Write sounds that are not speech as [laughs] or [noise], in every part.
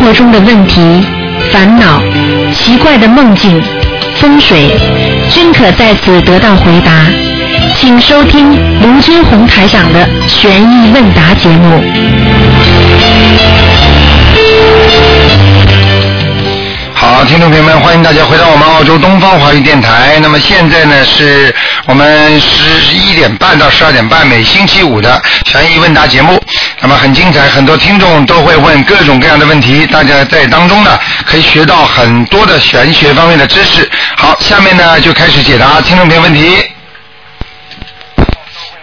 活中的问题、烦恼、奇怪的梦境、风水，均可在此得到回答。请收听卢军红台长的《悬疑问答》节目。好，听众朋友们，欢迎大家回到我们澳洲东方华语电台。那么现在呢，是我们十一点半到十二点半每星期五的悬疑问答节目。那么很精彩，很多听众都会问各种各样的问题，大家在当中呢可以学到很多的玄学方面的知识。好，下面呢就开始解答听众朋友问题。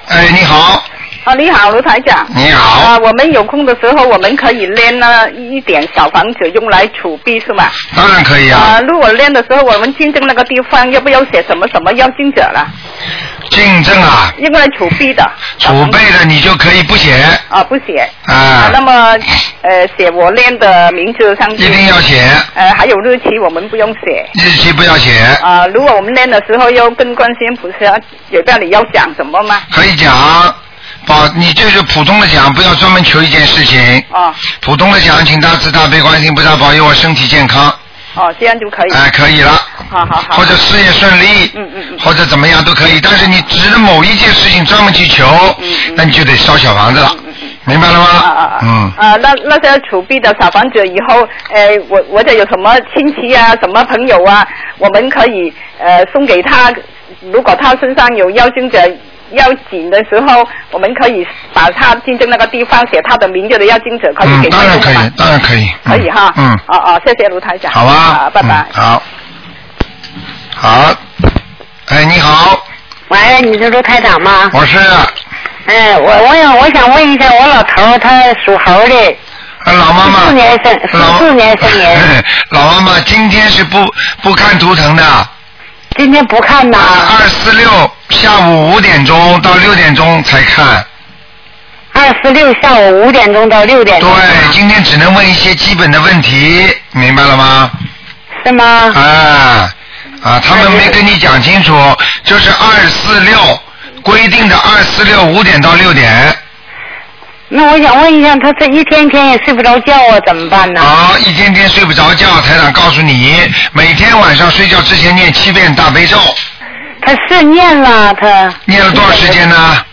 哎，你好，啊，你好，卢台长。你好啊，我们有空的时候，我们可以练呢一点小房子用来储币是吗？当然可以啊。啊，如果练的时候，我们竞争那个地方要不要写什么什么要竞者了？竞争啊，用来储币的。储备的你就可以不写啊，不写。啊那，么，呃，写我练的名字上去一。定要写，呃，还有日期我们不用写。日期不要写，啊，如果我们练的时候要跟观世音菩萨有道理要讲什么吗？可以讲。保，你就是普通的讲，不要专门求一件事情。哦普通的讲，请大慈大悲观世音菩萨保佑我身体健康，哦，这样就可以。哎，可以了。好好好。或者事业顺利，嗯嗯嗯或者怎么样都可以。但是你指着某一件事情专门去求，嗯嗯嗯那你就得烧小房子了，明白了吗？啊啊嗯啊！，啊，那那些储备的小房子以后，呃，我我者有什么亲戚啊、什么朋友啊，我们可以呃送给他。如果他身上有妖精者要紧的时候，我们可以把他进正那个地方写他的名字的妖精者，可以嗯，给他当然用可以吗，？当然可以。嗯可以哈。嗯。哦哦，谢谢卢台长。啊好吧，拜拜嗯。好，好，哎，你好，喂，你是卢台长吗？我是哎，我我想我想问一下，我老头儿他属猴的，呃老妈妈，四年生老四年生人， [laughs] 老妈妈今天是不不看图腾的，啊今天不看呐，二四六下午五点钟到六点钟才看。二十六下午五点钟到六点钟啊，对，今天只能问一些基本的问题，明白了吗？是吗？啊啊，他们没跟你讲清楚，就是二四六规定的二四六五点到六点。那我想问一下，他这一天天也睡不着觉啊，怎么办呢？好，一天天睡不着觉，台长告诉你，每天晚上睡觉之前念七遍大悲咒，他是念了，他念了多少时间呢？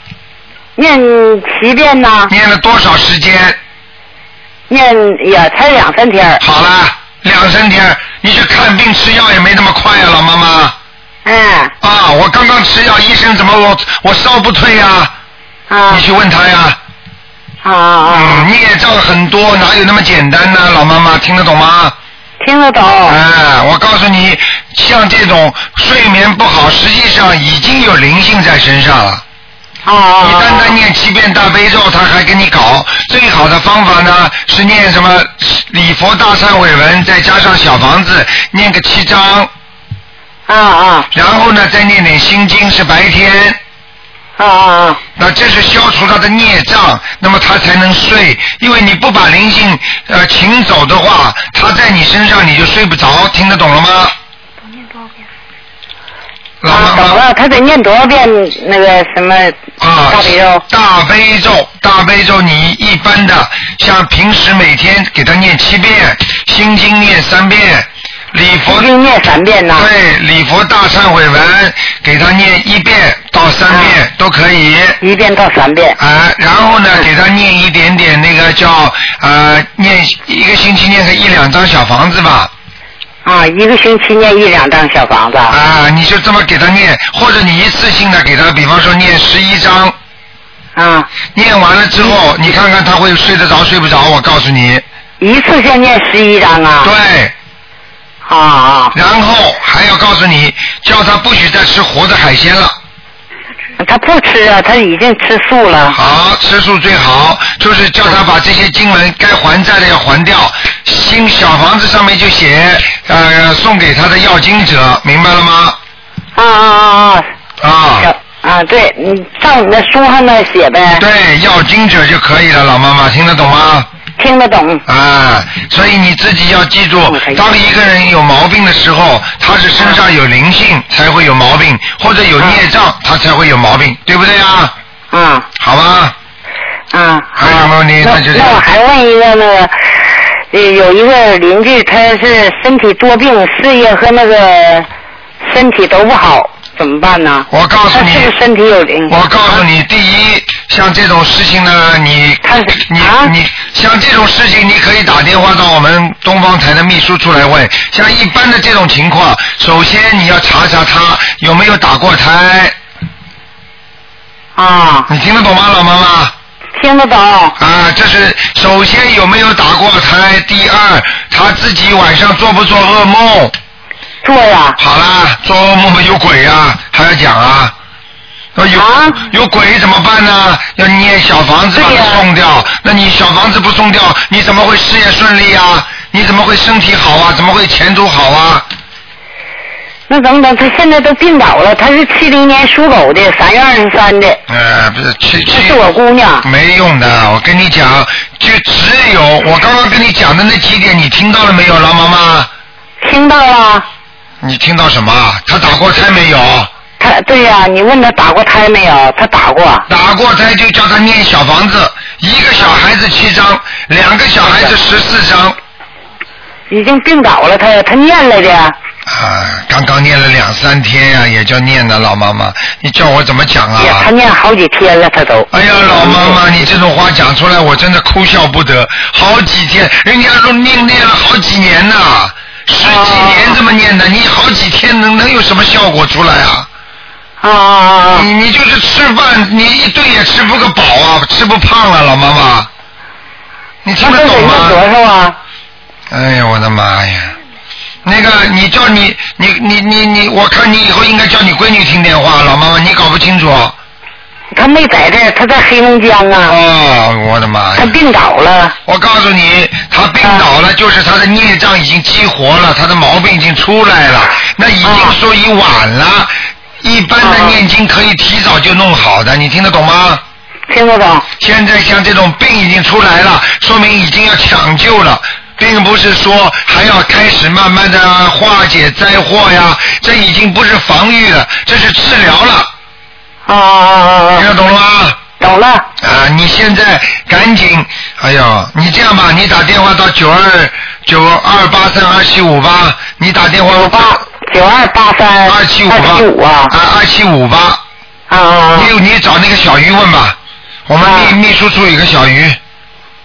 念七遍呐，念了多少时间？念也才两三天儿，好了，两三天，你去看病吃药也没那么快啊呀、老妈妈。哎啊，我刚刚吃药，医生怎么我我烧不退呀、啊你去问他呀。啊啊，嗯，孽障很多，哪有那么简单呢？老妈妈听得懂吗？听得懂，哎，我告诉你，像这种睡眠不好，实际上已经有灵性在身上了。啊啊你单单啊念七遍大悲咒，他还给你搞。最好的方法呢是念什么礼佛大忏悔文，再加上小房子念个七章，啊啊然后呢再念点心经，是白天。啊啊，那这是消除他的孽障，那么他才能睡。因为你不把灵性呃请走的话，他在你身上你就睡不着，听得懂了吗？老妈啊，妈懂了，他得念多少遍那个什么啊，大悲咒？大悲咒，大悲咒，你一般的像平时每天给他念七遍，心经念三遍，礼佛一定念三遍呐。对礼佛大忏悔文给他念一遍到三遍、啊都可以。一遍到三遍。啊，然后嗯呢，给他念一点点那个叫呃，念一个星期念个一两张小房子吧，啊，一个星期念一两张小房子。啊，你就这么给他念，或者你一次性的给他，比方说念十一张，啊，念完了之后，你看看他会睡得着睡不着，我告诉你，一次性念十一张啊。。对，啊啊，然后还要告诉你，叫他不许再吃活的海鲜了，他不吃啊，他已经吃素了。好，吃素最好，就是叫他把这些经文该还债的要还掉，新小房子上面就写呃送给他的要经者，明白了吗？啊啊啊啊！啊，小啊，对你照你那书上那写呗，对，要经者就可以了，老妈妈听得懂吗？听得懂。啊，所以你自己要记住嗯可，以当一个人有毛病的时候，他是身上有灵性才会有毛病，或者有孽障他才会有毛病，对不对啊？啊好吧，啊。还有什么问题那那就这样那我还问一个那个。呃有一个邻居，他是身体多病，事业和那个身体都不好，怎么办呢？我告诉他你啊是不嗯是身体有灵？我告诉你，第一，像这种事情呢，你他是你啊你像这种事情，你可以打电话到我们东方台的秘书处来问。像一般的这种情况，首先你要查查他有没有打过胎，啊，你听得懂吗，老妈妈？听得懂啊，这是首先有没有打过胎，第二他自己晚上做不做噩梦？做呀？好啦，做噩梦有鬼啊，还要讲啊？那有、啊有鬼怎么办呢？要念小房子把对呀它送掉。那你小房子不送掉，你怎么会事业顺利啊？你怎么会身体好啊？怎么会前途好啊？那等等，他现在都病倒了，他是七零年属狗的，三月二十三的，呃，不是，去这去是我姑娘。没用的。我跟你讲，就只有我刚刚跟你讲的那几点，你听到了没有，老妈妈？听到了？嗯你听到什么？他打过胎没有？他对呀、你问他打过胎没有？他打过。打过胎就叫他念小房子，一个小孩子七张，两个小孩子十四张，已经病倒了，他他念来的，哎啊，刚刚念了两三天呀、也叫念的老妈妈，你叫我怎么讲也他啊？念好几天了，他都。哎呀，老妈妈，你这种话讲出来，我真的哭笑不得。好几天，人家都念念了好几年呐、十几哦年这么念的，你好几天能能有什么效果出来啊？啊啊你你就是吃饭，你一顿也吃不个饱啊，吃不胖啊，老妈妈。你听那得这懂得念吗？多少啊？哎呀，我的妈呀！那个，你叫你你你你你，我看你以后应该叫你闺女听电话，老妈妈，你搞不清楚。他没在这儿，他在黑龙江啊，哦，我的妈他呀！病倒了。我告诉你，他病倒了，就是他的孽障已经激活了，他的毛病已经出来了，那已经啊说已晚了。一般的啊念经可以提早就弄好的，你听得懂吗？听得懂？啊现在像这种病已经出来了，说明已经要抢救了。并不是说还要开始慢慢的化解灾祸呀，这已经不是防御了，这是治疗了，啊啊啊听啊！得懂了吗？懂了，啊，你现在赶紧，哎呦，你这样吧，你打电话到九二九二八三二七五八，你打电话九八九二八三二七五八，二七五啊啊二七五八，嗯啊啊你你找那个小鱼问吧，我们啊秘秘书处有个小鱼，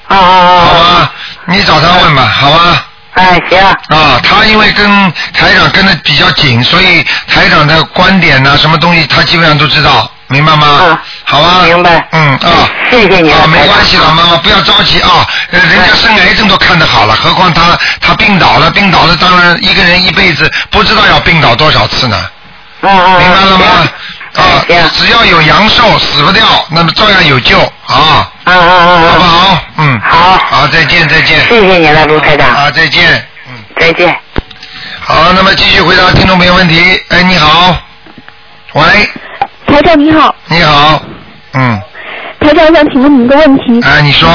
啊啊啊！好啊！吧，你找他问吧，好吧。哎，行，啊，他因为跟台长跟的比较紧，所以台长的观点呐、什么东西他基本上都知道，明白吗？嗯好吧。明白嗯啊。谢谢你啊啊，没台长关系了，妈妈不要着急啊，呃嗯人家生癌症都看得好了，何况他他病倒了，病倒了，当然一个人一辈子不知道要病倒多少次呢，嗯嗯，明白了吗？啊哎，行，只要有阳寿死不掉，那么照样有救啊，嗯嗯好不嗯好？嗯。好好，再见，再见嗯，。谢谢你了，卢台长，啊，再见。再见。好，那么继续回答听众朋友问题。哎，你好，喂，台长你好，你好，嗯，台长我想请问你一个问题，嗯哎，你说，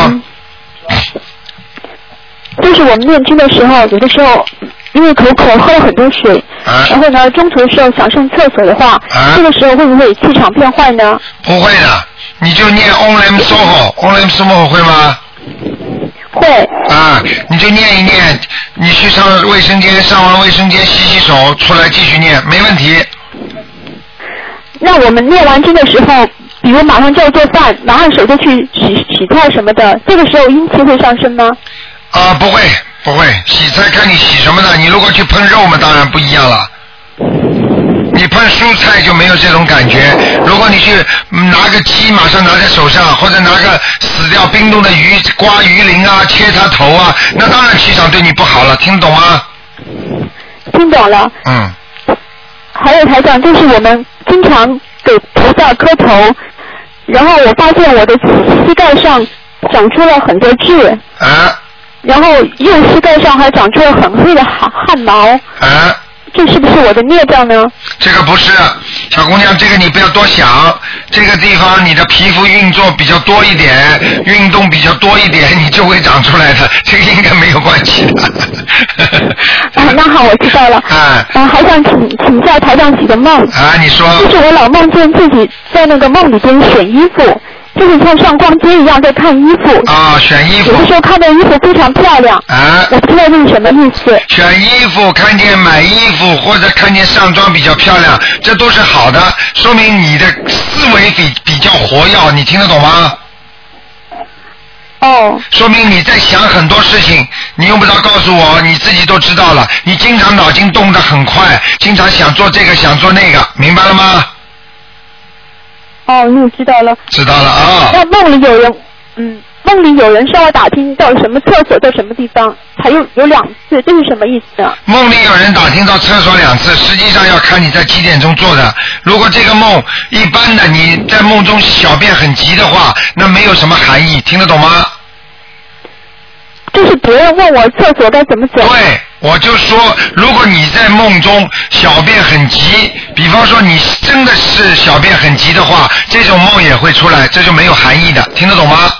就是我们念经的时候，有的时候因为口渴喝了很多水，然啊，后呢中途的时候想上厕所的话，啊这个时候会不会气场变坏呢？不会的，你就念 Om Soho，Om Soho 会吗？会，啊，你就念一念，你去上卫生间，上完卫生间洗洗手，出来继续念，没问题。那我们念完经的时候，比如马上就要做饭，拿上手就去洗洗菜什么的，这个时候阴气会上升吗？啊，不会，不会，洗菜看你洗什么的，你如果去喷肉嘛，当然不一样了。你喷蔬菜就没有这种感觉。如果你去嗯拿个鸡，马上拿在手上，或者拿个死掉冰冻的鱼，刮鱼鳞啊，切它头啊，那当然气场对你不好了，听懂吗？听懂了。嗯，还有台长，就是我们经常给菩萨磕头，然后我发现我的膝盖上长出了很多痣，啊然后右膝盖上还长出了很黑的汗汗毛，啊。这是不是我的孽障呢？这个不是，小姑娘，这个你不要多想。这个地方你的皮肤运作比较多一点，运动比较多一点，你就会长出来的。 [laughs] 这个应该没有关系的。啊，那好，我知道了。 [laughs] 啊啊，还想请请教台长几个梦，啊，你说就是我老梦见自己在那个梦里边选衣服，就是像上逛街一样在看衣服。啊，选衣服有的时候看的衣服非常漂亮，啊，我不知道这是什么意思。选衣服，看见买衣服或者看见上装比较漂亮，这都是好的，说明你的思维比比较活跃，你听得懂吗？哦，说明你在想很多事情，你用不着告诉我，你自己都知道了。你经常脑筋动得很快，经常想做这个想做那个，明白了吗？哦，你知道了。知道了啊。那梦里有人，嗯，梦里有人向我打听到什么厕所在什么地方，还有有两次，这是什么意思啊呢？梦里有人打听到厕所两次，实际上要看你在几点钟做的。如果这个梦一般的，你在梦中小便很急的话，那没有什么含义，听得懂吗？就是别人问我厕所该怎么走。对，我就说，如果你在梦中小便很急，比方说你真的是小便很急的话，这种梦也会出来，这就没有含义的，听得懂吗？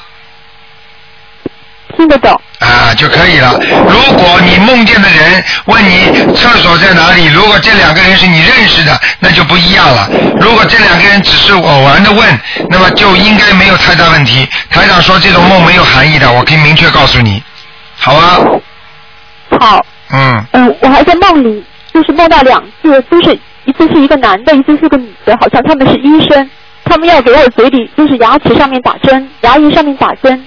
听得懂。啊，就可以了。如果你梦见的人问你厕所在哪里，如果这两个人是你认识的，那就不一样了。如果这两个人只是偶然的问，那么就应该没有太大问题。台长说这种梦没有含义的，我可以明确告诉你，好吧？好，嗯，嗯，我还在梦里，就是梦到两次，就是一次是一个男的，一次是个女的，好像他们是医生，他们要给我嘴里就是牙齿上面打针，牙龈上面打针。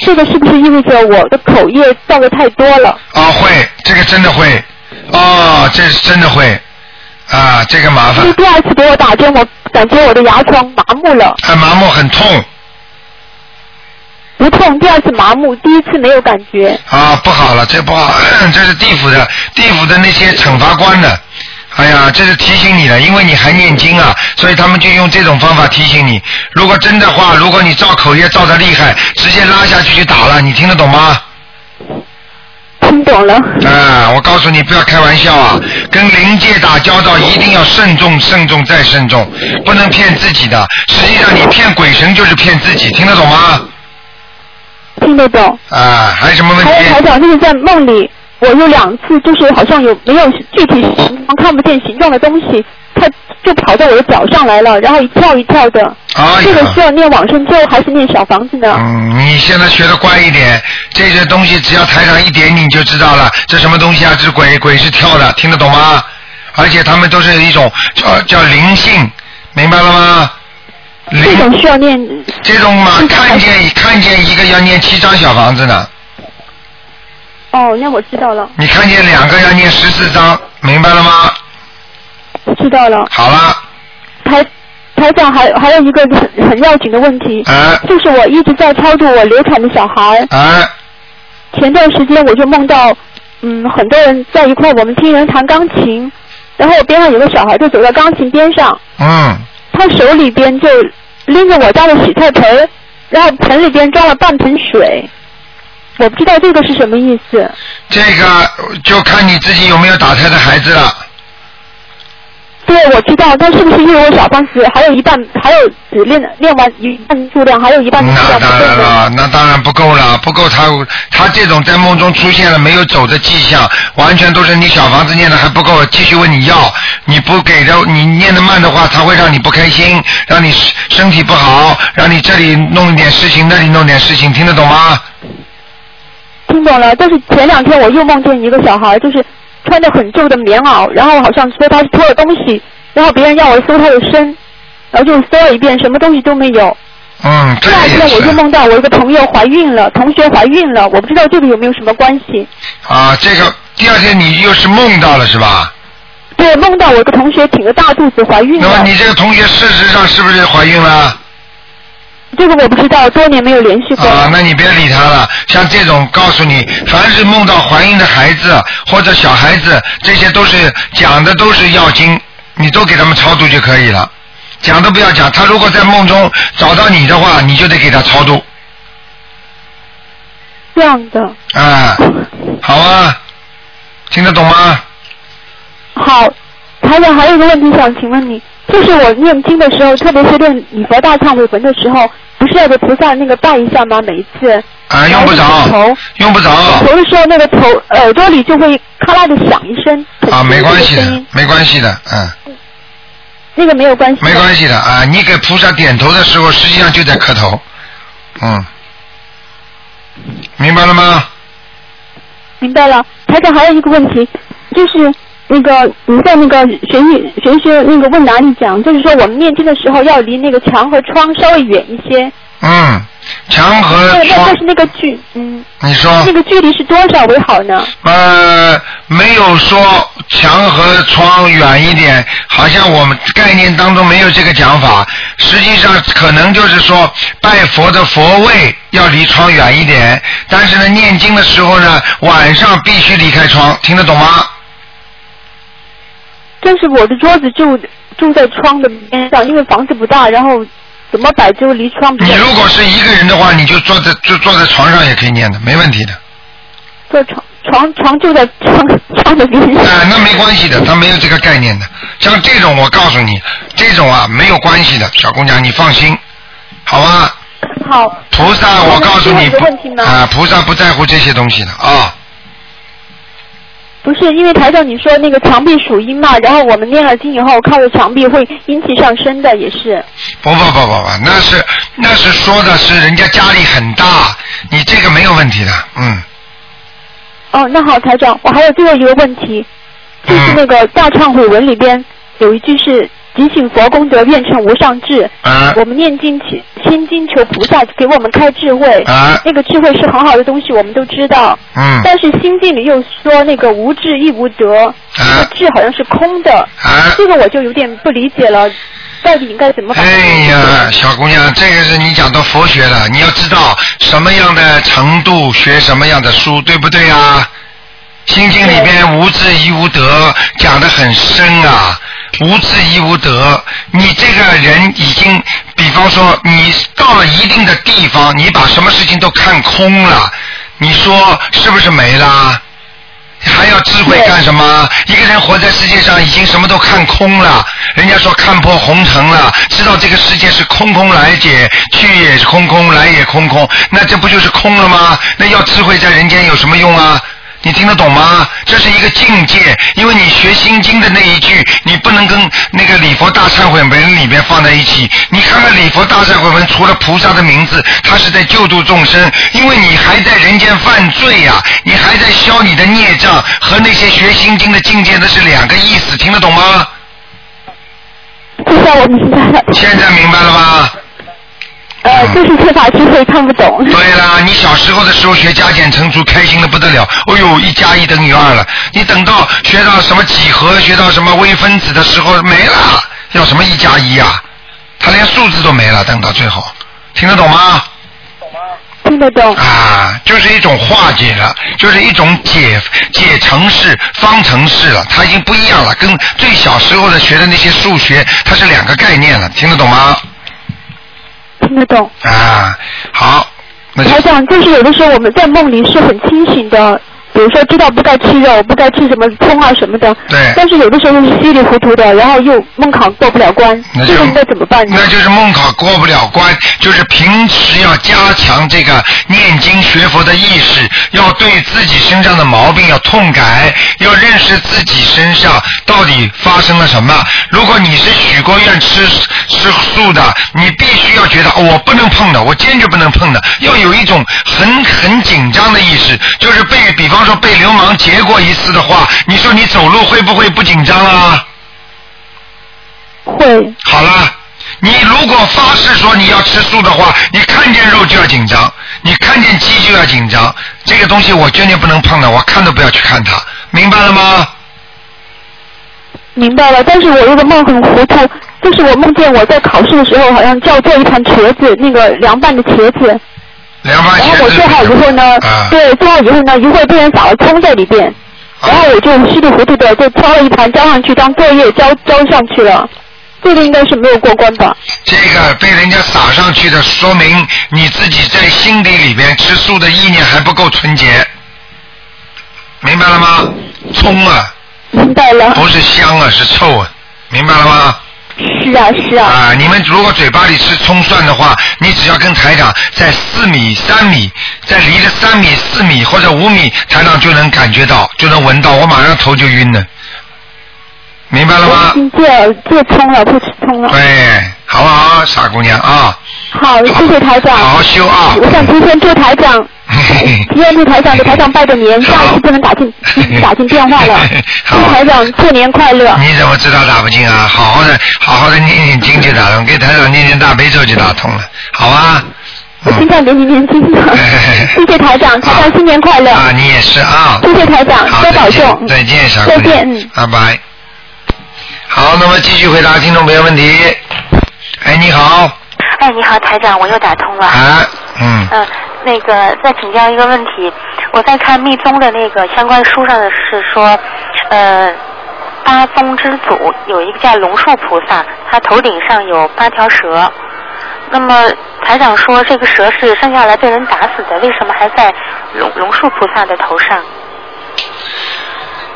这个是不是意味着我的口液造的太多了？啊会，这个真的会，哦，这是真的会，啊，这个麻因为烦，第二次给我打针，我感觉我的牙床麻木了，啊，麻木很痛，不痛。第二次麻木，第一次没有感觉。啊，不好了，这不好，嗯这是地府的，地府的那些惩罚官的。哎呀，这是提醒你的，因为你还念经啊，所以他们就用这种方法提醒你。如果真的话，如果你造口业造的厉害，直接拉下去就打了，你听得懂吗？听懂了，啊，我告诉你，不要开玩笑啊！跟灵界打交道一定要慎重、慎重再慎重，不能骗自己的。实际上，你骗鬼神就是骗自己，听得懂吗？听得懂。啊，还有什么问还有台题？长，就是在梦里，我有两次就是好像有没有具体形状看不见形状的东西，它就跑到我的脚上来了，然后一跳一跳的。哎这个呀需，要念往生咒还是念小房子呢？嗯，你现在学的乖一点，这些东西只要台上一点你就知道了，这什么东西啊？这是鬼，鬼是跳的，听得懂吗？而且他们都是一种叫叫灵性，明白了吗？这灵种需要念这种嘛，看见看见一个要念七张小房子呢。哦，那我知道了，你看见两个要念十四章，明白了吗？知道了。好了，台台长还还有一个很很要紧的问题，哎就是我一直在超度我流产的小孩。哎前段时间我就梦到，嗯，很多人在一块，我们听人弹钢琴，然后我边上有个小孩就走到钢琴边上，嗯，他手里边就拎着我家的洗菜盆，然后盆里边装了半盆水，我不知道这个是什么意思。这个就看你自己有没有打胎的孩子了。对，我知道，但是不是因为我小房子还有一半，还有只练练完一半数量，还有一半的数那量不嗯当够然呢？了，那当然不够了，不够他他这种在梦中出现了没有走的迹象，完全都是你小房子念的还不够，继续问你要，你不给的，你念的慢的话，他会让你不开心，让你身身体不好，让你这里弄一点事情，那里弄点事情，听得懂吗？听懂了，但是前两天我又梦见一个小孩，就是穿着很旧的棉袄，然后好像说他是偷了东西，然后别人要我搜他的身，然后就搜了一遍，什么东西都没有。嗯，第这二也。天我就是梦到我一个朋友怀孕了，同学怀孕了，我不知道这个有没有什么关系。啊，这个第二天你又是梦到了是吧？对，梦到我一个同学挺着大肚子怀孕那么了，你这个同学事实上是不是怀孕了？这个我不知道，多年没有联系过。啊，那你别理他了。像这种，告诉你，凡是梦到怀孕的孩子或者小孩子，这些都是讲的都是要经，你都给他们超度就可以了。讲都不要讲，他如果在梦中找到你的话，你就得给他超度。这样的，啊，好啊，听得懂吗？ [laughs] 好，台长还有一个问题想请问你，就是我念经的时候，特别是念礼佛大忏悔文的时候，不是要给菩萨那个拜一下吗？每一次啊，用不着，用不着。求的时候，那个头耳朵里就会咔啦的响一声，很啊，没关系清楚的声的音，没关系的，嗯。那个没有关系。没关。系的啊，你给菩萨点头的时候，实际上就在磕头，嗯，明白了吗？明白了，台长还有一个问题，就是那个你在那个玄学玄学那个问答里讲，就是说我们念经的时候要离那个墙和窗稍微远一些。嗯，墙那和那呃窗啊但，是那个距，嗯，你说。那个距离是多少为好呢？呃，没有说墙和窗远一点，好像我们概念当中没有这个讲法。实际上，可能就是说拜佛的佛位要离窗远一点，但是呢，念经的时候呢，晚上必须离开窗，听得懂吗？但是我的桌子就住在窗的边上，因为房子不大，然后怎么摆就离窗 [laughs] 比你较如果是一个人的话，你就坐在就坐在床上也可以念的，没问题的。坐床床床就在窗 [laughs] 窗的边上。啊，那没关系的，他没有这个概念的。像这种，我告诉你，这种啊没有关系的，小姑娘，你放心，好吧？ [laughs] 好，菩萨，我告诉你还有最后一个问题，吗啊，菩萨不在乎这些东西的啊。不是因为台上你说那个墙壁属阴嘛，然后我们念了经以后靠着墙壁会阴气上升的，也是。不不不不不，那是那是说的是人家家里很大，你这个没有问题的，嗯。哦，那好，台长，我还有最后一个问题，嗯就是那个大忏悔文里边有一句是“即请佛功德愿成无上智”，啊我们念经起心经求菩萨给我们开智慧，啊那个智慧是很好的东西，我们都知道。嗯但是心经里又说那个无智亦无德，那个智好像是空的，啊。这个我就有点不理解了，到底应该怎么把哎它？呀，小姑娘，这个是你讲到佛学了，你要知道什么样的程度学什么样的书，对不对啊？心经里边无智亦无德讲得很深啊，无智亦无德，你这个人已经，比方说你到了一定的地方，你把什么事情都看空了，你说是不是没啦？还要智慧干什么？一个人活在世界上，已经什么都看空了。人家说看破红尘了，知道这个世界是空空来解，去也是空空，来也空空，那这不就是空了吗？那要智慧在人间有什么用啊？你听得懂吗？这是一个境界，因为你学心经的那一句，你不能跟那个礼佛大忏悔文里面放在一起。你看看礼佛大忏悔文，除了菩萨的名字，他是在救度众生，因为你还在人间犯罪呀、你还在消你的孽障，和那些学心经的境界那是两个意思，听得懂吗？这下我明白了，现在明白了吧？ [laughs] 呃，就是缺乏智慧，看不懂。对啦，你小时候的时候学加减乘除，开心的不得了。哦呦，一加一等于二了。你等到学到什么几何，学到什么微分子的时候，没了，要什么一加一啊？他连数字都没了，等到最后，听得懂吗？听得懂。啊，就是一种化解了，就是一种解解程式、方程式了，它已经不一样了，跟最小时候的学的那些数学，它是两个概念了，听得懂吗？听得懂。啊，好，那就台长，就是有的时候我们在梦里是很清醒的，比如说知道不该吃肉，不该吃什么葱啊什么的。对但是有的时候又是稀里糊涂的，然后又梦考过不了关，那这就个应该怎么办呢？那就是梦考过不了关，就是平时要加强这个念经学佛的意识，要对自己身上的毛病要痛改，要认识自己身上到底发生了什么。如果你是许过愿吃吃素的，你必须要觉得、哦我不能碰的，我坚决不能碰的，要有一种很很紧张的意识，就是被比方说被流氓劫过一次的话，你说你走路会不会不紧张啊？会，好了，你如果发誓说你要吃素的话，你看见肉就要紧张，你看见鸡就要紧张，这个东西我坚决不能碰的，我看都不要去看它，明白了吗？明白了。但是我有个梦很糊涂，就是我梦见我在考试的时候好像叫做一盘茄子，那个凉拌的茄子，凉拌然哎茄哎后我子做好以后呢，啊，对，做好以后呢，一会儿被人撒了葱在里边，啊然后我就稀里糊涂的就挑了一盘交上去当作业交交上去了，这个应该是没有过关吧？这个被人家撒上去的，说明你自己在心底里边吃素的意念还不够纯洁，明白了吗？葱啊，明白了，不是香啊，是臭啊，明白了吗？是啊是啊，啊，你们如果嘴巴里吃葱蒜的话，你只要跟台长在四米、三米，在离着三米、四米或者五米，台长就能感觉到，就能闻到，我马上头就晕了。明白了我吗已？经戒戒冲了，不吃葱了。对，好不好，傻姑娘啊？好，谢谢台长。好嗯好修啊！我想提前祝台长，提前祝台长给台长拜个年，下一次不能 [laughs] 打进打进电话了。祝好台长过年快乐。 [laughs] 你怎么知道打不进啊？好好的，好好的念念经就打通，给台长念念大悲咒就打通了，好吧？我嗯，经常给你念经 [laughs] 的，谢谢台长，台长新年快乐，啊，你也是啊。谢谢台长，好，多保再见重，再见，傻姑再娘。见，嗯。拜拜。好，那么继续回答听众朋友问题。哎，你好，哎，你好，台长，我又打通了。啊，嗯，嗯、那个再请教一个问题，我在看密宗的那个相关书上的是说，呃，八宗之祖有一个叫龙树菩萨，他头顶上有八条蛇。那么台长说这个蛇是生下来被人打死的，为什么还在龙龙树菩萨的头上？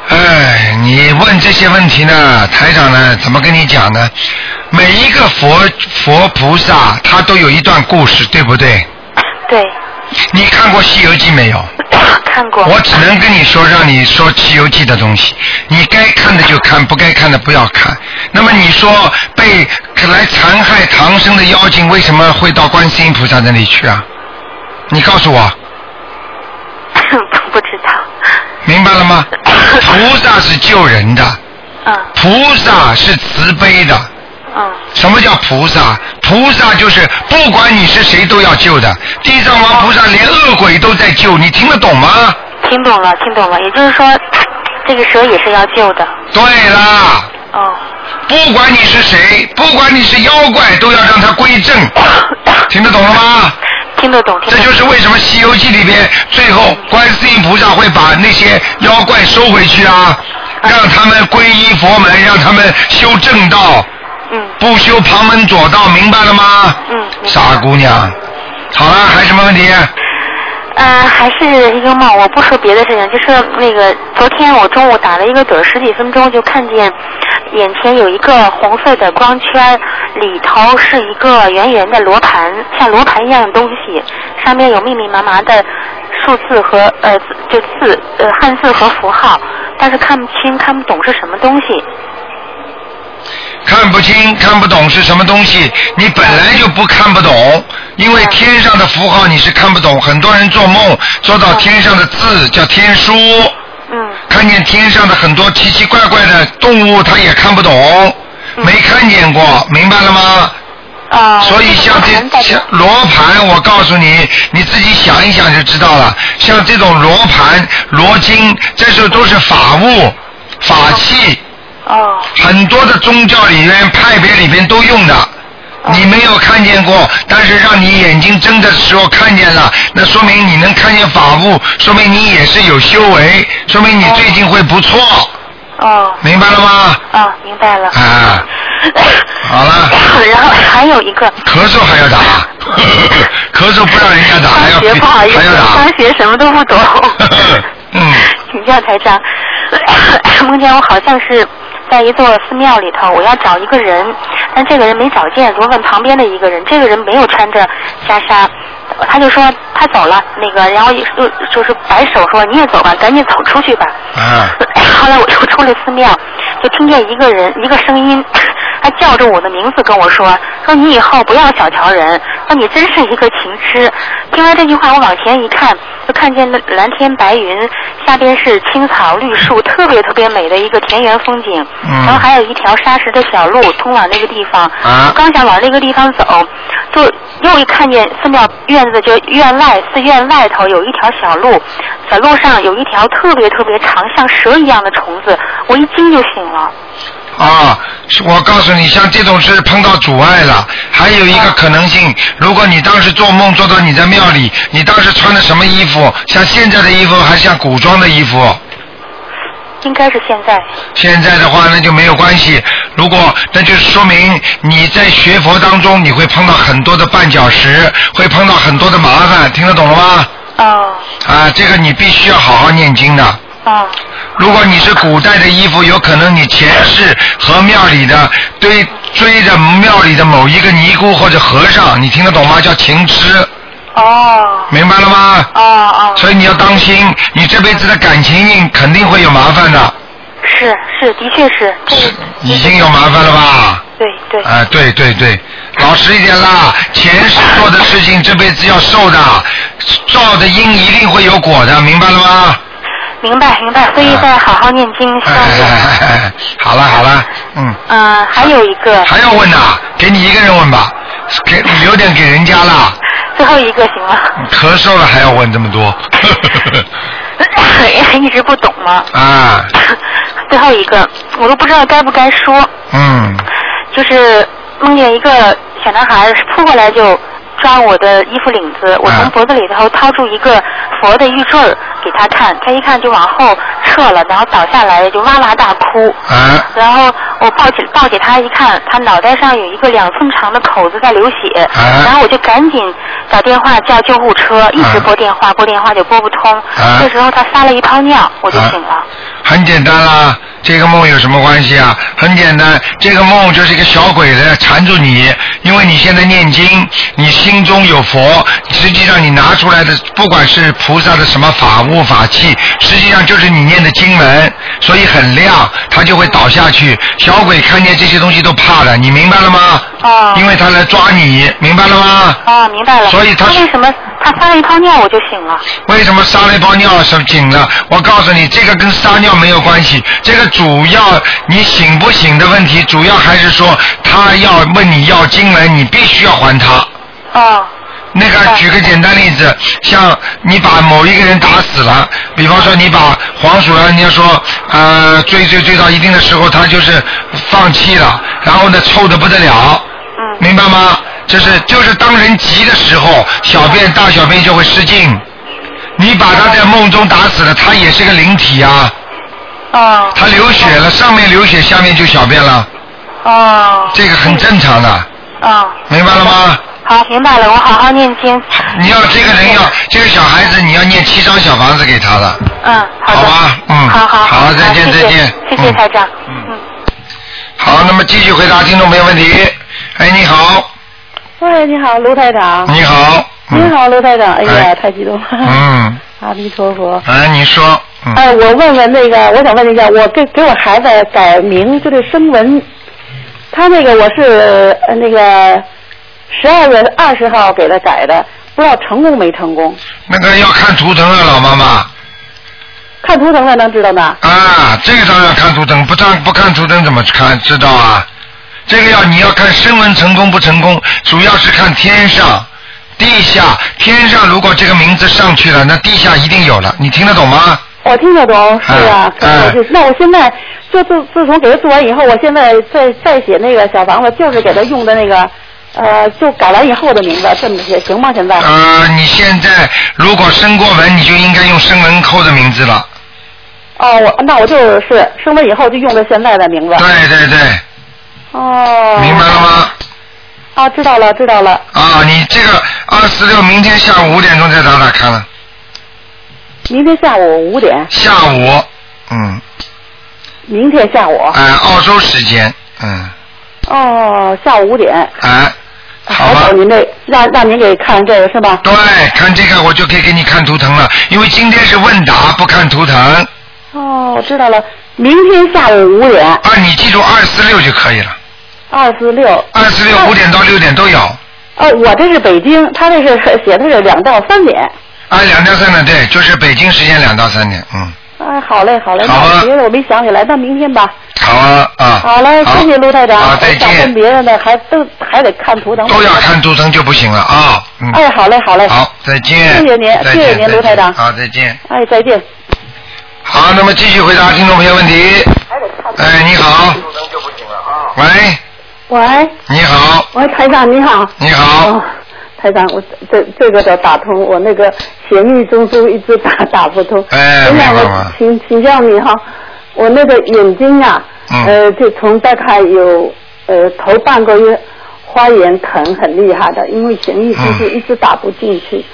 哎，你问这些问题呢，台长呢怎么跟你讲呢？每一个佛佛菩萨他都有一段故事，对不对？对，你看过《西游记》没有？ [coughs] 看过。我只能跟你说，让你说《西游记》的东西，你该看的就看，不该看的不要看。那么你说被来残害唐僧的妖精，为什么会到观世音菩萨那里去啊？你告诉我，不不知道。明白了 [coughs] 吗？菩萨是救人的，嗯菩萨是慈悲的。嗯什么叫菩萨？菩萨就是不管你是谁都要救的。地藏王菩萨连恶鬼都在救，你听得懂吗？听懂了，听懂了，也就是说，这个蛇也是要救的。对啦。哦，不管你是谁，不管你是妖怪，都要让他归 [coughs] 正，听得懂了吗？听得懂，听这得懂。就是为什么《西游记》里边最后观世音菩萨会把那些妖怪收回去啊，让他们皈依佛门，让他们修正道，嗯不修旁门左道，明白了吗？嗯。明白傻。姑娘，好了，还有什么问题？呃，还是一个梦，我不说别的事情，就是那个昨天我中午打了一个盹儿，十几分钟就看见眼前有一个红色的光圈，里头是一个圆圆的罗盘，像罗盘一样的东西，上面有密密麻麻的数字和呃字就字呃汉字和符号，但是看不清看不懂是什么东西。看不清、看不懂是什么东西，你本来就不看不懂，因为天上的符号你是看不懂。很多人做梦做到天上的字叫天书，嗯看见天上的很多奇奇怪怪的动物，他也看不懂，没看见过，明白了吗？嗯啊、呃，所以像这个罗这盘代表像罗盘，我告诉你，你自己想一想就知道了。像这种罗盘、罗经，这时都是法物、法器。哦很多的宗教里面、派别里面都用啊的。你没有看见过，但是让你眼睛睁的时候看见了，那说明你能看见法物，说明你也是有修为，说明你最近会不错，哦明白了吗？ [laughs] 哦，明白了。啊，好了，然后还有一个咳嗽还要打， [laughs] 咳嗽不让人家打，还要上学啊不好意思，还要打 [laughs] 上，学什么都不懂。嗯，请教台长，梦见我好像是在一座寺庙里头，我要找一个人，但这个人没找见，就问旁边的一个人，这个人没有穿着袈裟，他就说他走了，那个然后又又就是摆手说你也走吧，赶紧走出去吧。啊，哎后来我又出了寺庙，就听见一个人一个声音，他叫着我的名字跟我说，说你以后不要小瞧人，说你真是一个情痴。听完这句话，我往前一看，就看见那蓝天白云，下边是青草绿树，特别特别美的一个田园风景。嗯然后还有一条砂石的小路通往那个地方。啊我刚想往那个地方走，就又一看见寺庙院子，就院外寺院外头有一条小路，小路上有一条特别特别长，像蛇一样的虫子，我一惊就醒了。啊，是我告诉你，像这种是碰到阻碍了。还有一啊个可能性，如果你当时做梦做到你在庙里，你当时穿的什么衣服？像现在的衣服还是像古装的衣服？应该是现在，现在的话那就没有关系。如果那就是说明你在学佛当中，你会碰到很多的绊脚石，会碰到很多的麻烦，听得懂了吗？哦，啊，这个你必须要好好念经的。哦，如果你是古代的衣服，有可能你前世和庙里的追追着庙里的某一个尼姑或者和尚，你听得懂吗？叫情痴，哦，明白了吗？哦哦，所以你要当心，你这辈子的感情运肯定会有麻烦的。是是是，的确是，这个已经有麻烦了吧？对对。啊，对对对，老实一点啦，前世做的事情这辈子要受的，造的因一定会有果的，明白了吗？明白明白，所以再好好念经消哎啊哎业。哎哎， [laughs] 好了好了，嗯，嗯，还有一个，还要问呐？给你一个人问吧，给留点给人家啦。最后一个行吗？ [laughs] 咳嗽了还要问这么多？ [laughs] 一直不懂吗？ [laughs] 啊，最后一个，我都不知道该不该说。嗯，就是梦见一个小男孩扑过来就抓我的衣服领子，我从脖子里头掏出一个佛的玉坠儿给他看，他一看就往后撤了，然后倒下来就哇哇大哭。啊，然后我抱起抱起他一看，他脑袋上有一个两寸长的口子在流血，啊然后我就赶紧打电话叫救护车，一直啊拨电话拨电话就拨不通。啊这时候他撒了一泡尿，我就醒了。很简单啦，这个梦有什么关系啊？很简单，这个梦就是一个小鬼子缠住你，因为你现在念经，你心中有佛，实际上你拿出来的不管是菩萨的什么法物法器，实际上就是你念的经文，所以很亮，它就会倒下去。小鬼看见这些东西都怕了，你明白了吗？哦因为他来抓你，明白了吗？哦，明白了。所以他为什么他撒了一泡尿我就醒了？为什么撒了一泡尿是紧了？我告诉你，这个跟撒尿没有关系，这个主要你醒不醒的问题，主要还是说他要问你要经文，你必须要还他。哦，那个嗯举个简单例子，像你把某一个人打死了，比方说你把黄鼠狼，人家说呃追追追到一定的时候，他就是放弃了，然后呢臭的不得了，嗯，明白吗？就是就是当人急的时候，小便大小便就会失禁。你把他在梦中打死了，他也是个灵体啊，哦，他流血了，上面流血，下面就小便了，哦，这个很正常的，哦，明白了吗？好，明白了，我好好念经。你要这个人要这个小孩子，你要念七张小房子给他的。嗯，好的。好吧嗯好好好再见谢谢再见谢谢嗯台长。嗯好，那么继续回答听众朋友问题。哎，你好，喂，哎你好，卢台长。你好，嗯你，好，卢台长。哎呀，哎太激动了。嗯， [laughs] 阿弥陀佛。哎，你说，嗯，哎，我问问那个，我想问一下，我给给我孩子改名，就这声纹，他那个我是呃那个十二月二十号给他改的，不知道成功没成功？那个要看图腾啊，老妈妈。看图腾才能知道呢。啊，这个当然看图腾，不看不看图腾怎么看知道啊？这个要你要看声纹成功不成功，主要是看天上、地下。天上如果这个名字上去了，那地下一定有了。你听得懂吗？我哦听得懂，是啊，可哎是我就那我现在就自自从给他做完以后，我现在再再写那个小房子，就是给他用的那个，呃，就改完以后的名字，这么写行吗？现在？呃，你现在如果生过纹，你就应该用生纹扣的名字了。哦，我那我就是生了以后就用的现在的名字。对对对，哦。明白了吗？啊，知道了，知道了。啊，你这个二四六明天下午五点钟再打打看了，明天下午五点，下午，嗯，明天下午。哎、澳洲时间，嗯，哦，下午五点。哎、好我吧找。您这，让让您给看这个是吧？对，看这个我就可以给你看图腾了，因为今天是问答，不看图腾。啊，哦，我知道了。明天下午五点，你记住二四六就可以了，二四六。二四六五点到六点都有。哦，我这是北京，他这是写的是两到三点。啊，两到三点，对，就是北京时间两到三点，嗯，哎，好嘞，好嘞，好啊那别的我没想起来，那明天吧。好啊啊。好嘞，谢谢卢台长。好，啊我再想问见。别人的还都还得看图腾。都要看图腾就不行了啊，嗯，哎，好嘞，好嘞。好，再见。谢谢您再见谢谢您再见卢台长好，再见。哎，再见。好，那么继续回答听众朋友问题。哎，你好。喂，喂，你好，喂，台长你好。你好哦。台长，我这这个的打通，我那个闲鱼中枢一直打打不通。哎台长，没办我法请请教你哈，我那个眼睛啊，嗯呃，就从大概有呃头半个月发炎疼很厉害的，因为闲鱼中啊枢嗯一直打不进去。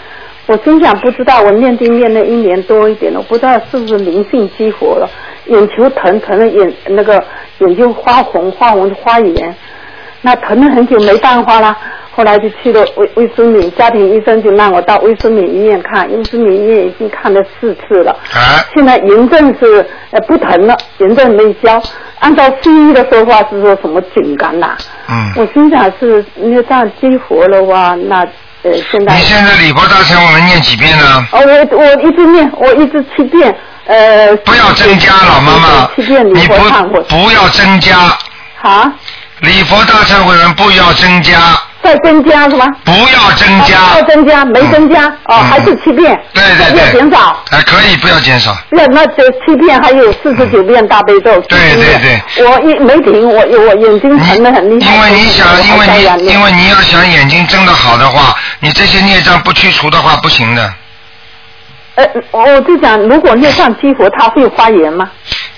我心想，不知道我念经念了一年多一点了，我不知道是不是灵性激活了，眼球疼疼的眼那个眼睛花红花红花炎，那疼了很久没办法啦。后来就去了卫卫生敏家庭医生，就让我到卫生敏医院看，卫生敏医院已经看了四次了。啊，现在炎症是呃不疼了，炎症没消。按照西医的说法是说什么颈感染、嗯，我心想是那这样激活了哇，那呃现在你现在礼佛大忏我们念几遍呢？哦我我一直念，我一直七遍，呃不要增加了，妈妈，七遍礼你佛忏不悔不要增加，啊，礼佛大忏悔文不要增加，再增加是吗？不要增加，啊再增加没增加、哦，嗯还是七遍，对对要对，减少。哎，可以不要减少，那那这七遍还有四十九遍大悲咒，嗯对49遍对，我一没停，我我眼睛疼的嗯很厉因害，为你我想，因还在为你念因为你要想眼睛睁得好的话，你这些孽障不去除的话不行的。呃，我就讲，如果内脏激活，它会发炎吗？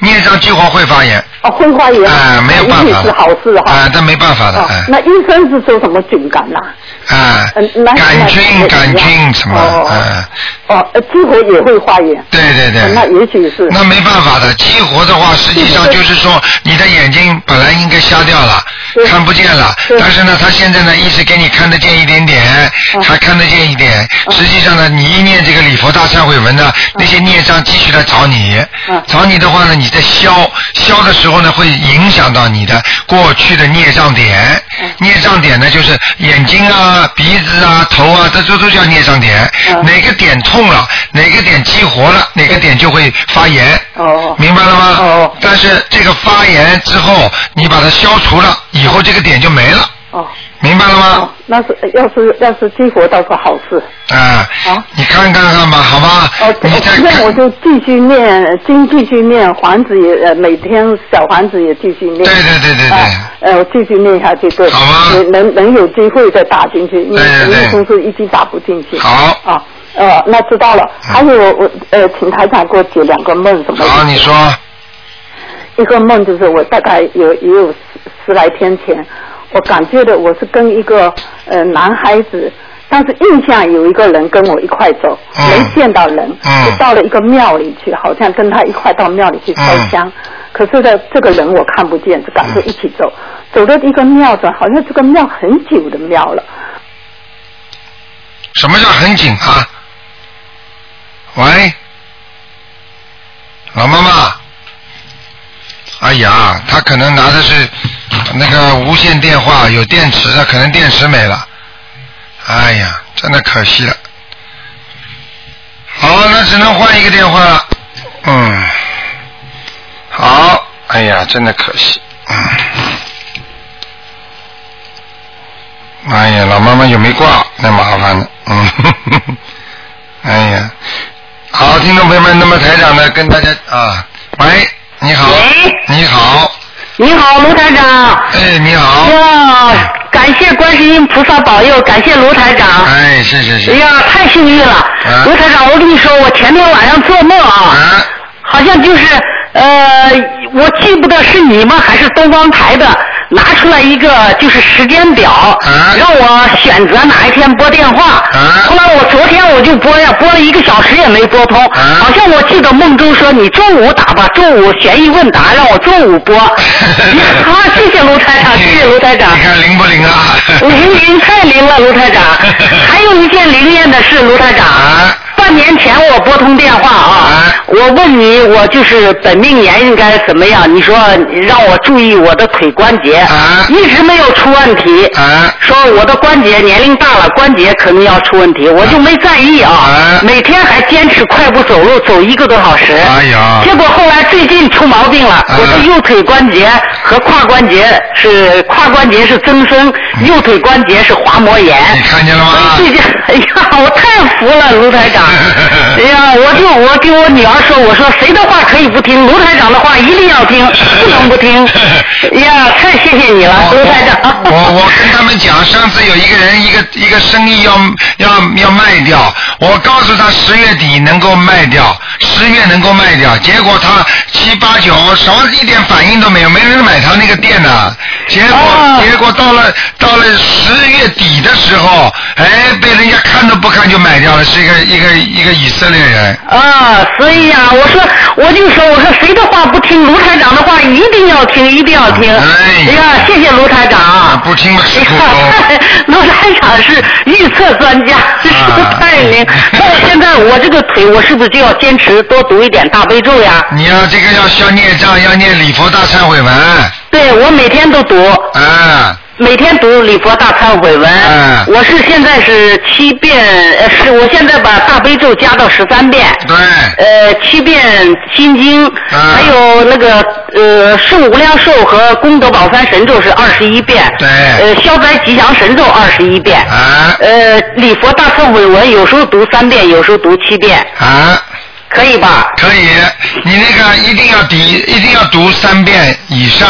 孽障激活会发炎，哦，会发炎，哎，没有办一法定是的，好事哈。哎，但没办法的，哦哎，那医生是说什么菌感染？哎嗯那，杆菌那杆菌什么，哦哎，哦，呃激活也会发炎，对对哦那对，也许是。那没办法的。激活的话，实际上就是说你的眼睛本来应该瞎掉了，对看不见了，对但是呢，他现在呢一直给你看得见一点点，嗯还看得见一点。实际上呢，你一念这个礼佛大忏悔文呢，那些孽障继续来找你嗯，找你的话呢，你在消消的时候呢，会影响到你的过去的孽障点。嗯孽障点呢，就是眼睛啊、鼻子啊、头啊，这这都叫孽障点。嗯哪个点痛了，哪个点激活了，哪个点就会发炎。哦明白了吗？哦哦但是这个发炎之后，你把它消除了，以后这个点就没了，哦明白了哦吗？，那是要是要是激活倒是好事。啊、哦好你看看看吧，好吧？哦，你再那我看。就继续念经，继续念，房子也呃每天小房子也继续念。对对对对对，啊，呃，我继续念下去，对，好啊能能能有机会再打进去，因为对对对因为公司一直打不进去。哎好，嗯啊，呃，那知道了。还有我呃，请台长给我解两个梦什么好，啊的。你说，一个梦就是我大概有也有十十来天前，我感觉的我是跟一个呃男孩子。但是印象有一个人跟我一块走，嗯没见到人，嗯就到了一个庙里去，好像跟他一块到庙里去烧香。嗯可是呢，这个人我看不见，就赶着一起走，走到一个庙子，好像这个庙很久的庙了，什么叫很紧啊？喂，老妈妈，哎呀，他可能拿的是那个无线电话，有电池的，可能电池没了。哎呀，真的可惜了。好，那只能换一个电话了。嗯，好，哎呀，真的可惜。嗯，哎呀，老妈妈有没挂，那麻烦了。嗯， [laughs] 哎呀，好，听众朋友们，那么台长呢，跟大家啊，喂，你好，喂你好，你好，卢台长。哎，你好，呀，感谢观世音菩萨保佑，感谢卢台长。哎，谢谢哎谢，呀，太幸运了！卢台长，我跟你说，我前天晚上做梦啊，啊，好像就是呃，我记不得是你们还是东方台的拿出来一个就是时间表，让我选择哪一天拨电话。啊后来我昨天我就拨呀，拨了一个小时也没拨通。啊好像我记得梦中说你中午打吧，中午悬疑问答让我中午 [laughs] 拨。啊，谢谢卢台长，谢谢卢台长。你看灵不灵啊？ [laughs] 灵灵太灵了，[laughs] 卢台长。还有一件灵验的事，卢台长。啊半年前我拨通电话啊啊，我问你，我就是本命年应该怎么样？你说让我注意我的腿关节，啊一直没有出问题。啊说我的关节年龄大了，关节可能要出问题，我就没在意啊。啊每天还坚持快步走路，走一个多小时。哎呀结果后来最近出毛病了，我的右腿关节和胯关节是胯关节是增生，右腿关节是滑膜炎。你看见了吗？最近，哎呀，我太服了卢台长！哎呀，我就我给我女儿说，我说谁的话可以不听，卢台长的话一定要听，不能不听。哎呀，太谢谢你了，我卢台长。哦我我我跟他们讲，上次有一个人一个一个生意要要要卖掉，我告诉他十月底能够卖掉，十月能够卖掉，结果他七八九什么一点反应都没有，没人买他那个店呢、结果、哦结果到了到了十月底的时候，哎，被人家家看都不看就买掉了，是一个一个一个以色列人。 [laughs] 啊，所以呀、我说我就说我说谁的话不听，卢台长的话一定要听，一定要听。哎哎呀，谢谢卢台长啊。不听是苦 [laughs] 头。卢台长是预测专家，是啊太灵。那现在我这个腿，我是不是就要坚持多读一点大悲咒呀？你要这个要消孽障，要念礼佛大忏悔文，对，我每天都读，啊，每天读礼佛大忏悔文。嗯我是现在是七遍，呃，是我现在把大悲咒加到十三遍。对，呃，七遍心经，嗯还有那个呃圣无量寿和功德宝山神咒是二十一遍，对呃消灾吉祥神咒二十一遍，啊呃礼佛大忏悔文有时候读三遍，有时候读七遍，啊，可以吧？可以，你那个一定要读，一定要读三遍以上。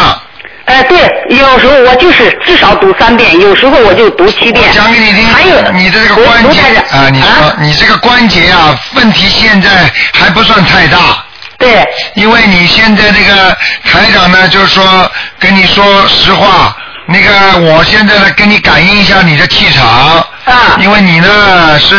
哎、对，有时候我就是至少读三遍，有时候我就读七遍。我讲给你听，还有你的这个关卢卢节台长啊，你说你这个关节啊，问题现在还不算太大。对，因为你现在这个台长呢，就是说跟你说实话，那个我现在呢跟你感应一下你的气场，啊，因为你呢是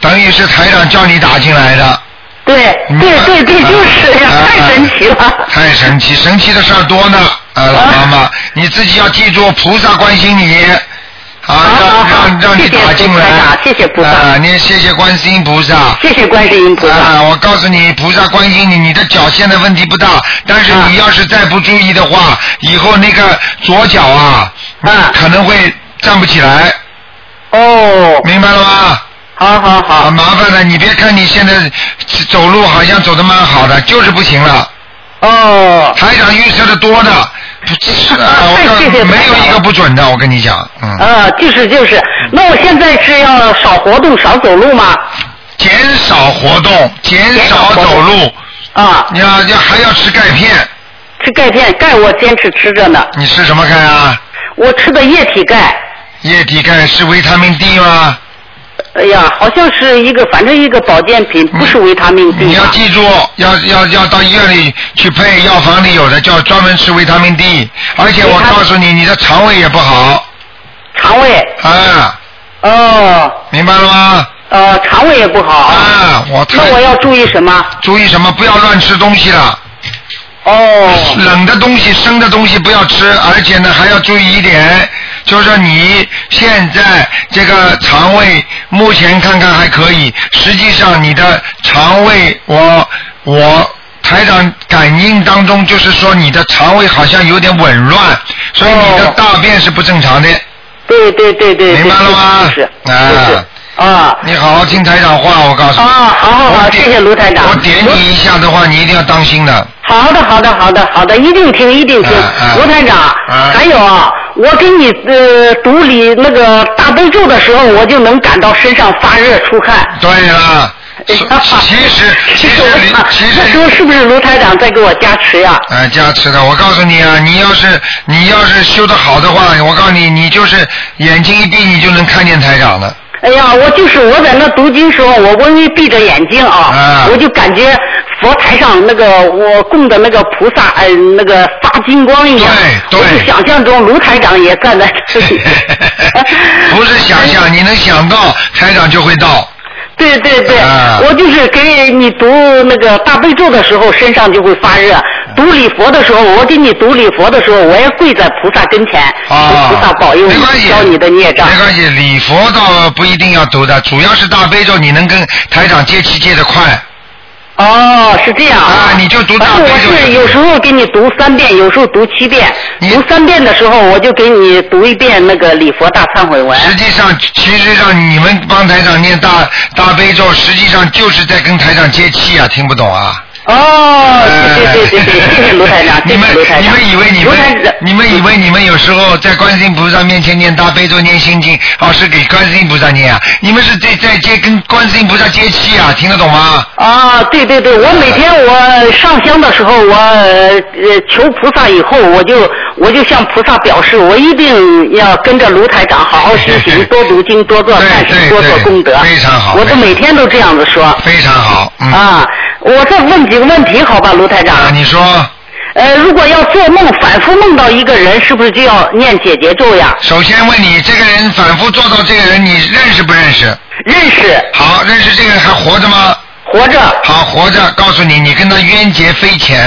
等于是台长叫你打进来的，对嗯 [laughs] 对对对，啊就是呀，啊太神奇了。 [laughs] 太神奇，神奇的事儿多呢，啊，老妈妈，你自己要记住，菩萨关心你。啊，好让好让让你谢谢打进来菩萨，谢谢菩萨啊，你也谢谢观世音菩萨。谢谢观世音菩萨。啊，我告诉你，菩萨关心你，你的脚现在问题不大，但是啊你要是再不注意的话，以后那个左脚啊，啊可能会站不起来，哦，明白了吗？好好啊，好。麻烦了，你别看你现在走路好像走的蛮好的，就是不行了。哦，台长预测的多的，不是啊，我告 [laughs] 谢谢诉台你，长没有一个不准的，我跟你讲，嗯，啊，就是就是，那我现在是要少活动、少走路吗？减少活动，减减少少活动走路，啊，你要要还要吃钙片，吃钙片，钙我坚持吃着呢，你吃什么钙啊？我吃的液体钙，液体钙是维他命 D 吗？哎呀，好像是一个，反正一个保健品，不是维他命 D 嗯你要吧记住，要要要到医院里去配，药房里有的叫专门吃维他命 D，而且我维他告诉你，你的肠胃也不好肠胃，啊，哦，明白了吗？呃，肠胃也不好。啊，我太那我要注意什么？注意什么？不要乱吃东西了，哦，冷的东西、生的东西不要吃，而且呢还要注意一点，就是说你现在这个肠胃目前看看还可以，实际上你的肠胃，我我台长感应当中就是说你的肠胃好像有点紊乱，所以你的哦大便是不正常的。对对对对，对明白了吗是是啊是是，啊你好好听台长话，我告诉啊，你。好好我好，点谢谢卢台长。啊我点你一下的话，你一定要当心的。好的，好的，好的，好的，一定听，一定听啊啊，卢台长。啊还有啊，我给你呃读理那个大悲咒的时候，我就能感到身上发热出汗。对了，哎其其实其实我你啊其实那时候是不是卢台长在给我加持呀、啊，加持的。我告诉你啊，你要是你要是修的好的话，我告诉你，你就是眼睛一闭，你就能看见台长 [laughs] 了。哎呀，我就是我在那读经时候，我微微闭着眼睛啊，啊我就感觉佛台上那个我供的那个菩萨，呃，那个发金光一样。对对。我就想象中卢台长也站在这里 [laughs] 不是想哎象，你能想到台长就会到。对对对，啊我就是给你读那个大悲咒的时候，身上就会发啊热；读礼佛的时候，我给你读礼佛的时候，我也跪在菩萨跟前，啊，求菩萨保佑没你关系，消你的孽障没。关系，礼佛倒不一定要读的，主要是大悲咒，你能跟台长接气接得快。哦，是这样啊你就读大反正悲咒我是有时候给你读三遍，有时候读七遍。你读三遍的时候，我就给你读一遍那个礼佛大忏悔文。实际上，其实上你们帮台长念大大悲咒，实际上就是在跟台长接气啊，听不懂啊？哦，对对对对对，谢谢卢台长，你谢们谢卢台长。哎你们以为你们卢台长你们以为你们有时候在观世音菩萨面前念大悲咒念心经，哦是给观世音菩萨念啊？你们是在在接跟观世音菩萨接气啊？听得懂吗？啊，对对对，我每天我上香的时候，我呃求菩萨以后，我就我就向菩萨表示，我一定要跟着卢台长好好修行，多读经，多做对善对事，多做对功德。非常好我都非常每天都这样子说。非常好，嗯，啊，我再问几个问题，好吧，卢台长啊。你说，呃，如果要做梦，反复梦到一个人，是不是就要念解结咒呀？首先问你这个人反复做到这个人，你认识不认识？认识，好，认识这个人还活着吗？活着。好，活着。告诉你，你跟他冤结非浅，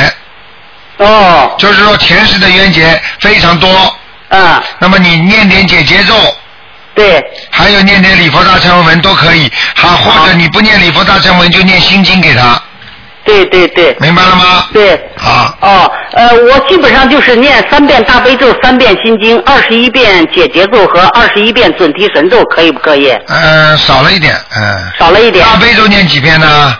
哦，就是说前世的冤结非常多。啊，那么你念点解结咒，对，还有念点礼佛大忏悔文都可以。好，或者你不念礼佛大忏悔文，就念心经给他，对对对明白了吗？对。好，哦，呃，我基本上就是念三遍大悲咒、三遍心经、二十一遍解结咒和二十一遍准提神咒，可以不可以？嗯，少了一点，嗯。少了一点大悲咒念几遍呢？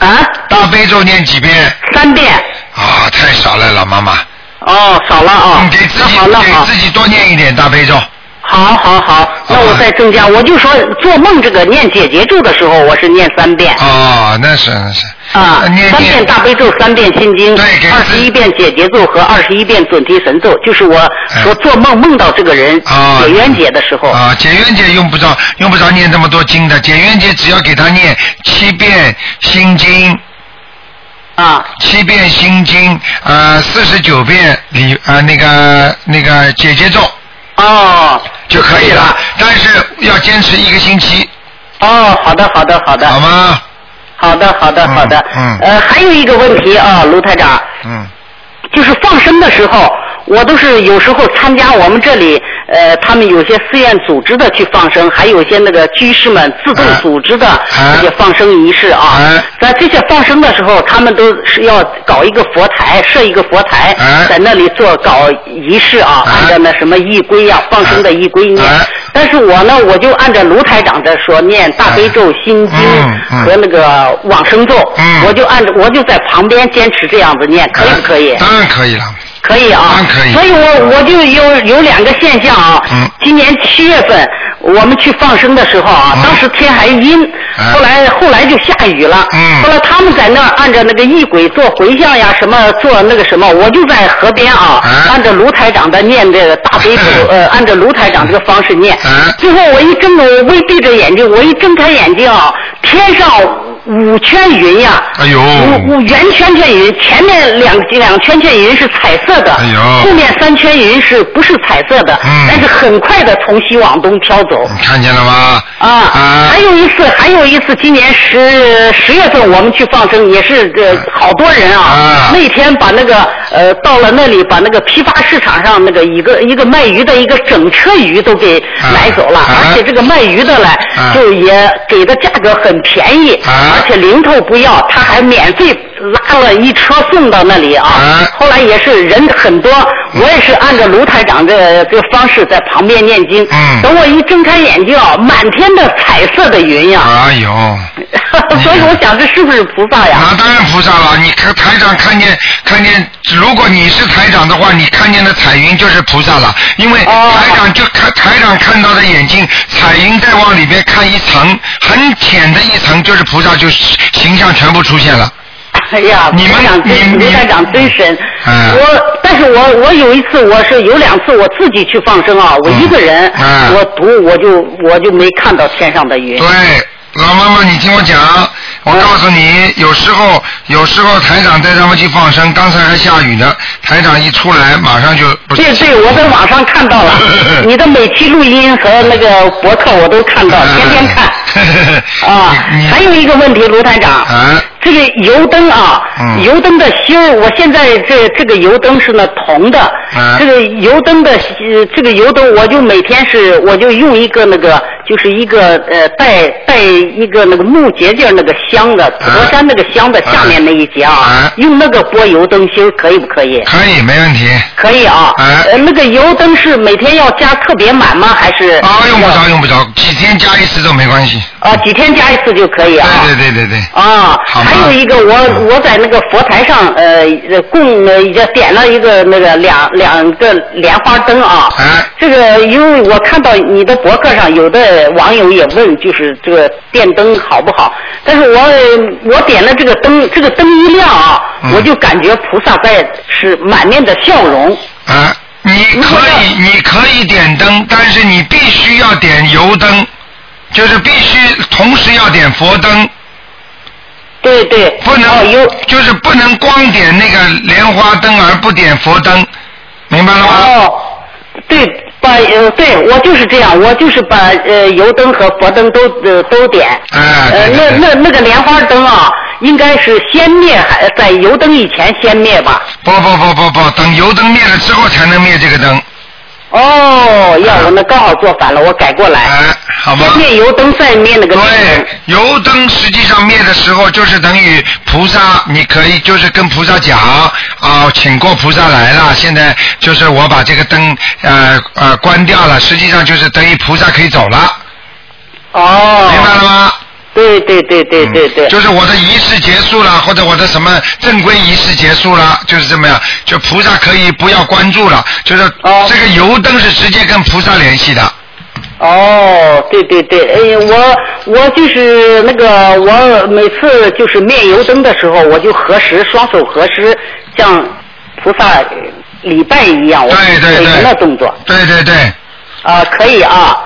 啊？大悲咒念几遍？三遍。啊，太少了，老妈妈。哦，少了啊、嗯，给自那己好，那给好，自己多啊念一点大悲咒。好好好，那我再增加。我就说做梦这个念解结咒的时候，我是念三遍哦，那是那是。啊，念三遍念大悲咒，三遍心经，对给二十一遍解结咒和二十一遍准提神咒，就是我说做梦梦到这个人哎啊解冤结的时候，啊，解冤结用不着用不着念这么多经的，解冤结只要给他念七遍心经，啊七遍心经，呃，四十九遍礼呃那个那个解结咒哦就可以了，但是要坚持一个星期，哦，好的好的好的，好吗？好的好的嗯好的，嗯呃，还有一个问题啊，卢台长，嗯，就是放生的时候，我都是有时候参加我们这里呃，他们有些寺院组织的去放生，还有一些那个居士们自动哎组织的哎这些放生仪式啊。哎在这些放生的时候，他们都是要搞一个佛台，设一个佛台，哎在那里做搞仪式啊，哎按照那什么仪规呀、放生的仪规念。哎但是我呢，我就按照卢台长的说念大悲咒、心经嗯嗯和那个往生咒，嗯我就按照我就在旁边坚持这样子念，可以不可以？哎当然可以了，可以啊，当然可以所以我我就有有两个现象啊。嗯今年七月份我们去放生的时候啊，嗯当时天还阴，哎后来后来就下雨了。嗯后来他们在那儿按照那个仪轨做回向呀，什么做那个什么，我就在河边啊，哎按照卢台长的念这个 [laughs] 大悲咒，呃，按照卢台长这个方式念。哎最后我一睁，我微闭着眼睛，我一睁开眼睛啊，天上五圈云呀、哎呦五五圆圈圈云，前面两两圈圈云是彩色的，哎呦后面三圈云是不是彩色的？嗯哎但是很快的从西往东飘走。你看见了吗？啊，啊还有一次，还有一次，今年十十月份我们去放生，也是这、好多人啊。啊那天把那个呃，到了那里，把那个批发市场上那个一个一个卖鱼的一个整车鱼都给啊买走了，啊而且这个卖鱼的嘞、啊就也给的价格很便宜，啊而且零头不要，他还免费拉了一车送到那里啊。啊后来也是人很多，我也是按照卢台长这这个方式在旁边念经。嗯等我一睁开眼睛啊，满天的彩色的云呀、 [laughs] 哎呦。所以我想这是不是菩萨呀？那 [laughs] 啊当然菩萨了，你看台长看见看见，如果你是台长的话，你看见的彩云就是菩萨了，因为哦台长就看、台长看到的眼睛，彩云再往里边看一层，很浅的一层就是菩萨，就是形象全部出现了。哎呀，你们台长你真，们卢台长真神。嗯我，但是我我有一次，我是有两次我自己去放生啊，我一个人，嗯我独我就我就没看到天上的云。对，老妈妈，你听我讲，我嗯告诉你，有时候有时候台长带他们去放生，刚才还下雨呢，台长一出来马上就不是，对对，我在网上看到了你的每期录音和那个博客我都看到，天天看。啊嗯 [laughs] 你你还有一个问题，卢台长，啊这个油灯啊，嗯油灯的芯儿，我现在这这个油灯是呢铜的，啊这个油灯的呃这个油灯，我就每天是我就用一个那个就是一个呃带带一个那个木结节那个香的啊佛山那个香的下面那一节啊啊，用那个拨油灯芯儿可以不可以？可以，没问题。可以啊，哎呃，那个油灯是每天要加特别满吗？还是 [laughs] 啊，用不着，用不着，几天加一次都没关系。啊，几天加一次就可以啊。对对对对对，啊，好嗯吗还有一个，我我在那个佛台上，呃，呃供呃也点了一个那个两两个莲花灯啊。哎这个，因为我看到你的博客上有的呃网友也问，就是这个电灯好不好？但是我呃我点了这个灯，这个灯一亮啊，嗯我就感觉菩萨在是满面的笑容。啊，你可以你可以点灯，但是你必须要点油灯，就是必须同时要点佛灯，对对，不哦能、有就是不能光点那个莲花灯而不点佛灯，明白了吗？哦哦，对，把呃，对我就是这样，我就是把呃油灯和佛灯都呃都点。哎呃，对对那对那那个莲花灯啊，应该是先灭，还在油灯以前先灭吧？不不不不不，等油灯灭了之后才能灭这个灯，哦，要我那刚好做反了，我改过来，哎，好吗？先灭油灯，再灭那个莲灯对，油灯实际上灭的时候，就是等于菩萨，你可以就是跟菩萨讲啊、请过菩萨来了，现在就是我把这个灯呃呃关掉了，实际上就是等于菩萨可以走了，哦，明白了吗？嗯对对对对对对，就是我的仪式结束了，或者我的什么正规仪式结束了，就是这么样，就菩萨可以不要关注了，就是哦这个油灯是直接跟菩萨联系的。哦，对对对，哎，我我就是那个，我每次就是灭油灯的时候，我就合十，双手合十，像菩萨礼拜一样，我对对每对个那动作对对对，啊，可以啊，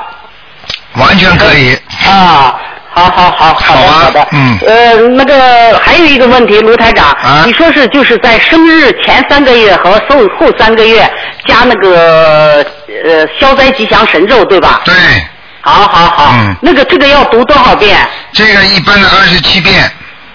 完全可以。啊。好好好，好的好啊好的，嗯呃，那个还有一个问题，卢台长，啊你说是就是在生日前三个月和后后三个月加那个呃消灾吉祥神咒对吧？对，好好好，嗯那个这个要读多少遍？这个一般的二十七遍。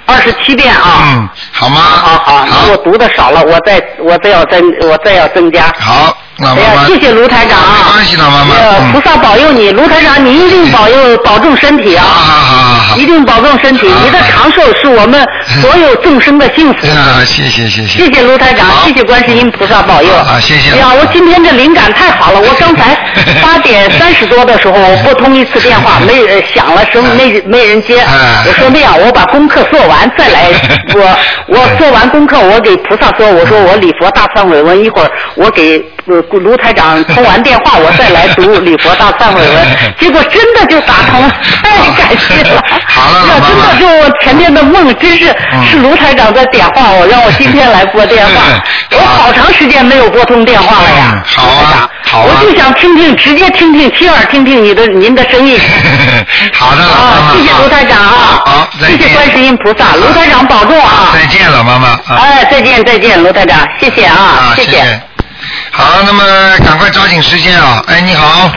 二十七遍啊。嗯，好吗？好好，那我好，读的少了，我再我再要增我再要增加。好，老哎妈呀妈，，谢谢卢台长啊！没关系老妈妈呃嗯菩萨保佑你，卢台长，你一定保佑保重身体好啊！好好好好一。定保重身体，好你的长寿是我们所有众生的幸福。啊，谢谢谢谢。谢谢卢台长好，谢谢观世音菩萨保佑。啊谢谢哎呀，我今天这灵感太好了，我刚 [laughs] 才八点三十多的时候，我拨通一次电 [laughs] 话，没人响了，什么没没人接。啊。我说那样，我把功课做完再来 [laughs] 我我做完功课，我给菩萨说，我说我礼佛大忏悔文，一会儿我给。呃卢台长通完电 [laughs] 话，我再来读礼佛大忏悔文，结果真的就打 [laughs] 通了，太感谢了。好了老这妈真妈的就我前天的梦，真是嗯。是卢台长在点化我，让我哦今天来拨电话我好长时间没有拨通电话了嗯呀，好啊卢台长好啊我就想听听，直接听听，亲耳听听你的您的声音。好的，老妈妈。啊，谢谢卢台长啊，好，再谢见。啊谢观世音菩萨，卢台长保重啊。再见，老妈妈啊。哎，再见再见，卢台长，谢谢啊啊，，谢谢。谢。好，那么赶快抓紧时间啊！哎，你好，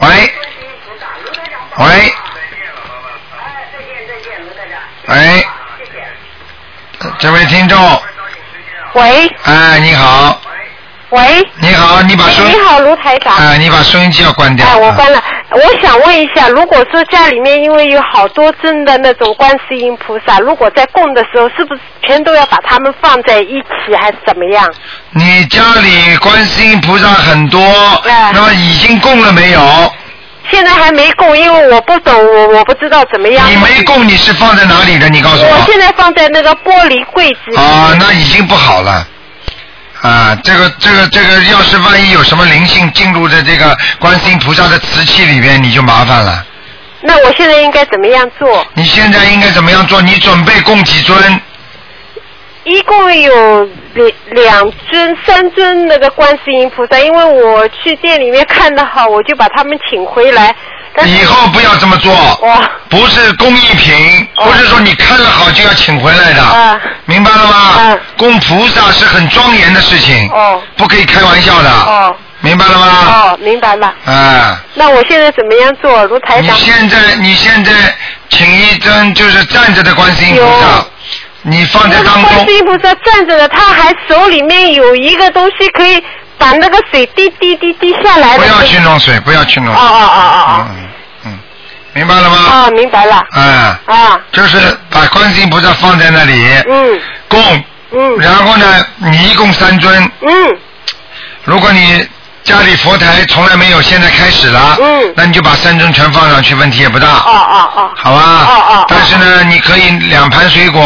喂，喂，喂，这位听众，喂哎，你好，喂，你好，啊你哎把收你好，卢台长。哎，你把收音机要关掉。哎，我啊关了。我想问一下，如果说家里面因为有好多尊的那种观世音菩萨，如果在供的时候，是不是全都要把它们放在一起，还是怎么样？你家里观世音菩萨很多，哎那么已经供了没有？现在还没供，因为我不懂，我我不知道怎么样。你没供，你是放在哪里的？你告诉我现在放在那个玻璃柜子里。啊，那已经不好了。啊，这个这个这个，要是万一有什么灵性进入的这个观世音菩萨的瓷器里边，你就麻烦了。那我现在应该怎么样做？你现在应该怎么样做？你准备供几尊？一共有两两尊、三尊那个观世音菩萨，因为我去店里面看的好，我就把他们请回来。但以是后不要这么做，我不是工艺品，哦不是说你看了好就要请回来的，啊明白了吗嗯？供菩萨是很庄严的事情，哦不可以开玩笑的，哦明白了吗？哦，明白了。啊。那我现在怎么样做？卢台你长，现在你现在请一尊就是站着的观世音菩萨有，你放在那当个观世中，音菩萨站着的，他还手里面有一个东西可以把那个水滴滴滴滴下来的。不要去弄水，不要去弄哦。哦哦哦嗯嗯，明白了哦。吗？啊，明白了。啊，啊，就是把观世音菩萨放在那里嗯供，嗯然后呢，你一共三尊，嗯如果你。家里佛台从来没有，现在开始了，嗯那你就把三尊全放上去，问题也不大。哦哦哦好吧？哦哦但是呢，你可以两盘水果，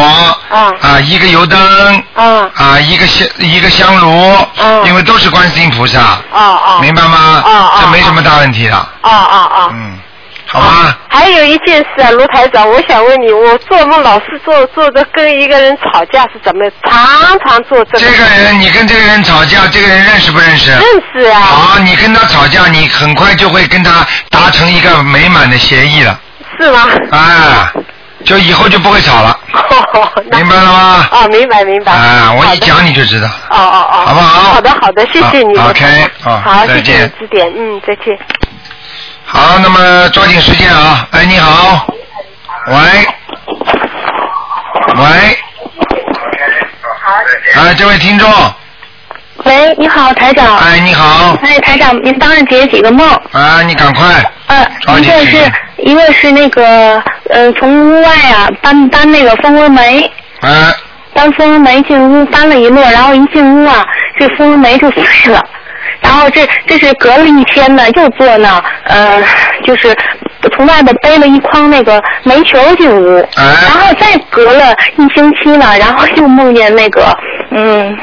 嗯啊，一个油灯，嗯啊，一个香一个香炉，嗯因为都是观世音菩萨，哦哦明白吗？哦哦这没什么大问题的，哦哦哦。嗯，好吧，还有一件事啊，卢台长，我想问你，我做梦老是做做着跟一个人吵架是怎么？常常做这个。这个人你跟这个人吵架，这个人认识不认识？认识啊，好，你跟他吵架，你很快就会跟他达成一个美满的协议了，是吗？啊，就以后就不会吵了。 [laughs] 明啊白了吗？哦，明白明白。啊，我好一的讲你就知道。哦哦哦，好不好好的好的，谢谢你。好，OK，啊好，再谢谢你见指点，嗯，再见。好，那么抓紧时间啊！哎，你好，喂，喂，哎，这位听众，喂，你好，台长。哎，你好。哎，台长，您帮着解几个梦？啊，你赶快，呃，一个是一个是那个呃，从屋外啊搬搬那个蜂窝煤，哎，搬蜂窝煤进屋，搬了一摞，然后一进屋啊，这蜂窝煤就碎了。然后这这是隔了一天呢，又做呢，呃，就是从外边背了一筐那个煤球进屋，哎然后再隔了一星期呢，然后又梦见那个嗯，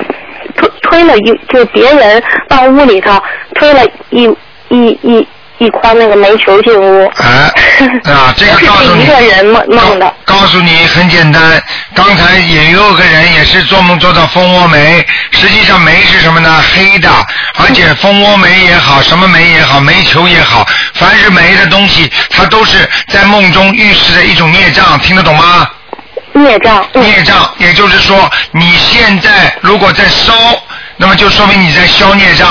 推推了一就是别人到屋里头推了一一一一筐那个煤球进屋，哎， [laughs] 啊，这个告诉你，一个人梦梦的，告诉你很简单，刚才也有个人也是做梦做到蜂窝煤，实际上煤是什么呢？黑的，而且蜂窝煤也好，什么煤也好，煤球也好，凡是煤的东西，它都是在梦中预示的一种孽障，听得懂吗？孽障。哎孽障，也就是说，你现在如果在烧，那么就说明你在消孽障。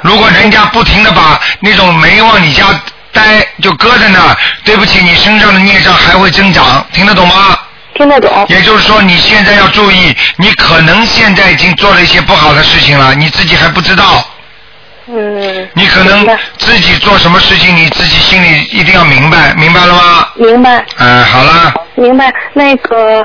如果人家不停的把那种煤往你家待，就搁在那儿，对不起，你身上的孽障还会增长，听得懂吗？听得懂。也就是说，你现在要注意，你可能现在已经做了一些不好的事情了，你自己还不知道。嗯。你可能自己做什么事情，你自己心里一定要明白，明白了吗？明白。嗯、好了。明白，那个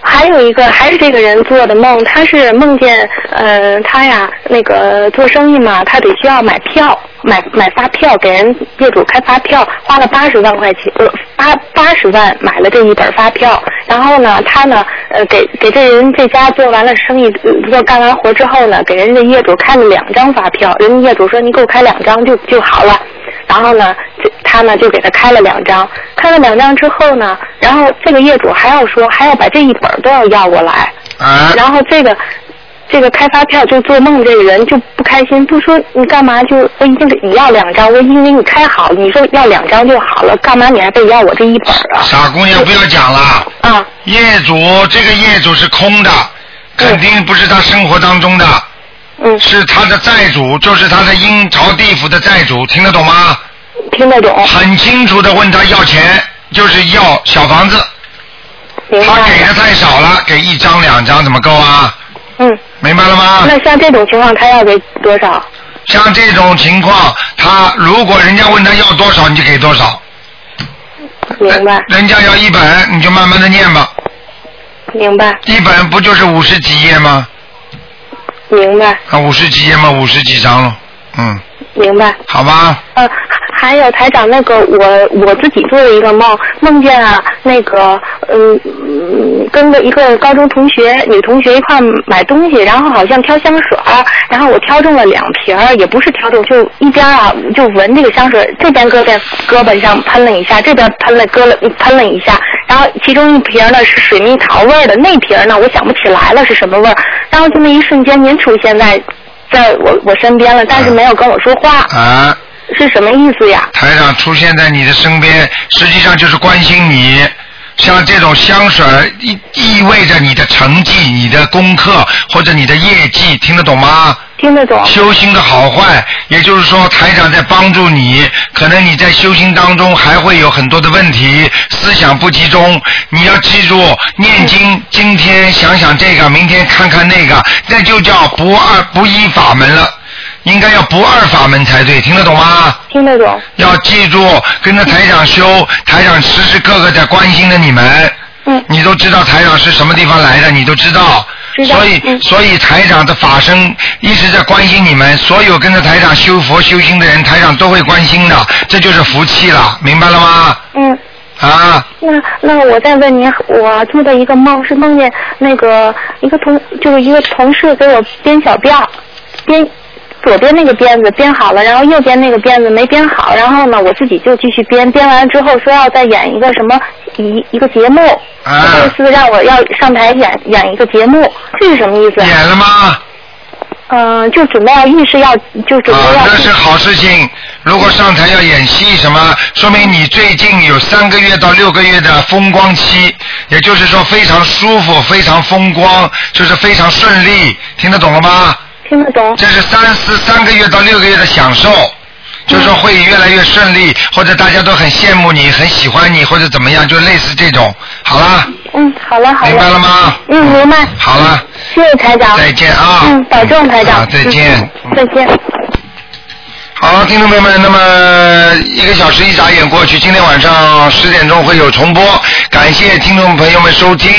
还有一个还是这个人做的梦，他是梦见呃他呀那个做生意嘛，他得需要买票，买买发票给人业主开发票，花了八十万块钱，呃八八十万买了这一本发票，然后呢他呢呃给给这人这家做完了生意，呃做干完活之后呢，给人家业主开了两张发票，人家业主说你给我开两张就就好了。然后呢，这他呢就给他开了两张，开了两张之后呢，然后这个业主还要说还要把这一本儿都要要过来，哎然后这个这个开发票就做梦这个人就不开心，不说你干嘛就我已经给你要两张，我已经给你开好了，你说要两张就好了，干嘛你还非要我这一本儿啊？傻姑娘，不要讲了。啊。业主，这个业主是空的，肯定不是他生活当中的。嗯。是他的债主，就是他的阴曹地府的债主，听得懂吗？听得懂。很清楚的问他要钱，就是要小房子。他给的太少了，给一张两张怎么够啊？嗯。明白了吗？那像这种情况他要给多少？像这种情况，他如果人家问他要多少，你就给多少。哎明白。人家要一本，你就慢慢的念吧。明白。一本不就是五十几页吗？明白啊，五十几页吗？五十几张了，嗯，明白。好吧，呃，还有台长，那个我我自己做了一个梦，梦见啊，那个嗯嗯，跟个一个高中同学女同学一块儿买东西，然后好像挑香水儿，然后我挑中了两瓶儿，也不是挑中，就一边啊就闻这个香水，这边胳膊胳膊上喷了一下，这边喷了搁了喷了一下，然后其中一瓶儿呢是水蜜桃味儿的，那瓶儿呢我想不起来了是什么味儿，然后这么一瞬间您出现在在我我身边了，但是没有跟我说话，啊，是什么意思呀？台长出现在你的身边，实际上就是关心你。像这种香水儿意意味着你的成绩、你的功课或者你的业绩，听得懂吗？听得懂。修行的好坏，也就是说，台长在帮助你，可能你在修行当中还会有很多的问题，思想不集中。你要记住，念经，今天想想这个，明天看看那个，这就叫不二不一法门了。应该要不二法门才对，听得懂吗？听得懂。要记住，跟嗯着台长修，台长时时刻刻在关心着你们。嗯。你都知道台长是什么地方来的，你都知道。知道嗯所以，所以台长的法身一直在关心你们，所有跟着台长修佛修心的人，台长都会关心的，这就是福气了，明白了吗？嗯，啊，那那我再问您，我做的一个梦是梦见那个一个同就是一个同事给我编小辫儿，编左边那个辫子编好了，然后右边那个辫子没编好，然后呢我自己就继续编，编完了之后说要再演一个什么一一个节目，啊类似让我要上台演演一个节目，这是什么意思？啊演了吗？嗯、就准备要运势要就准备要、啊那是好事情。如果上台要演戏什么，说明你最近有三个月到六个月的风光期，也就是说非常舒服、非常风光，就是非常顺利，听得懂了吗？听得懂。这是三四三个月到六个月的享受。就是说会越来越顺利，或者大家都很羡慕你、很喜欢你，或者怎么样，就类似这种。好啦，嗯，好了好了。明白了吗？嗯，明白。好了，谢谢台长。再见啊嗯，保重台长。啊再见嗯再见。好，听众朋友们，那么一个小时一眨眼过去，今天晚上十点钟会有重播，感谢听众朋友们收听。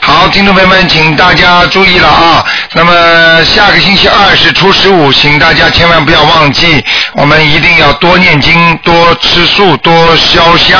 好，听众朋友们，请大家注意了啊！那么下个星期二是初十五，请大家千万不要忘记，我们一定要多念经、多吃素、多烧香。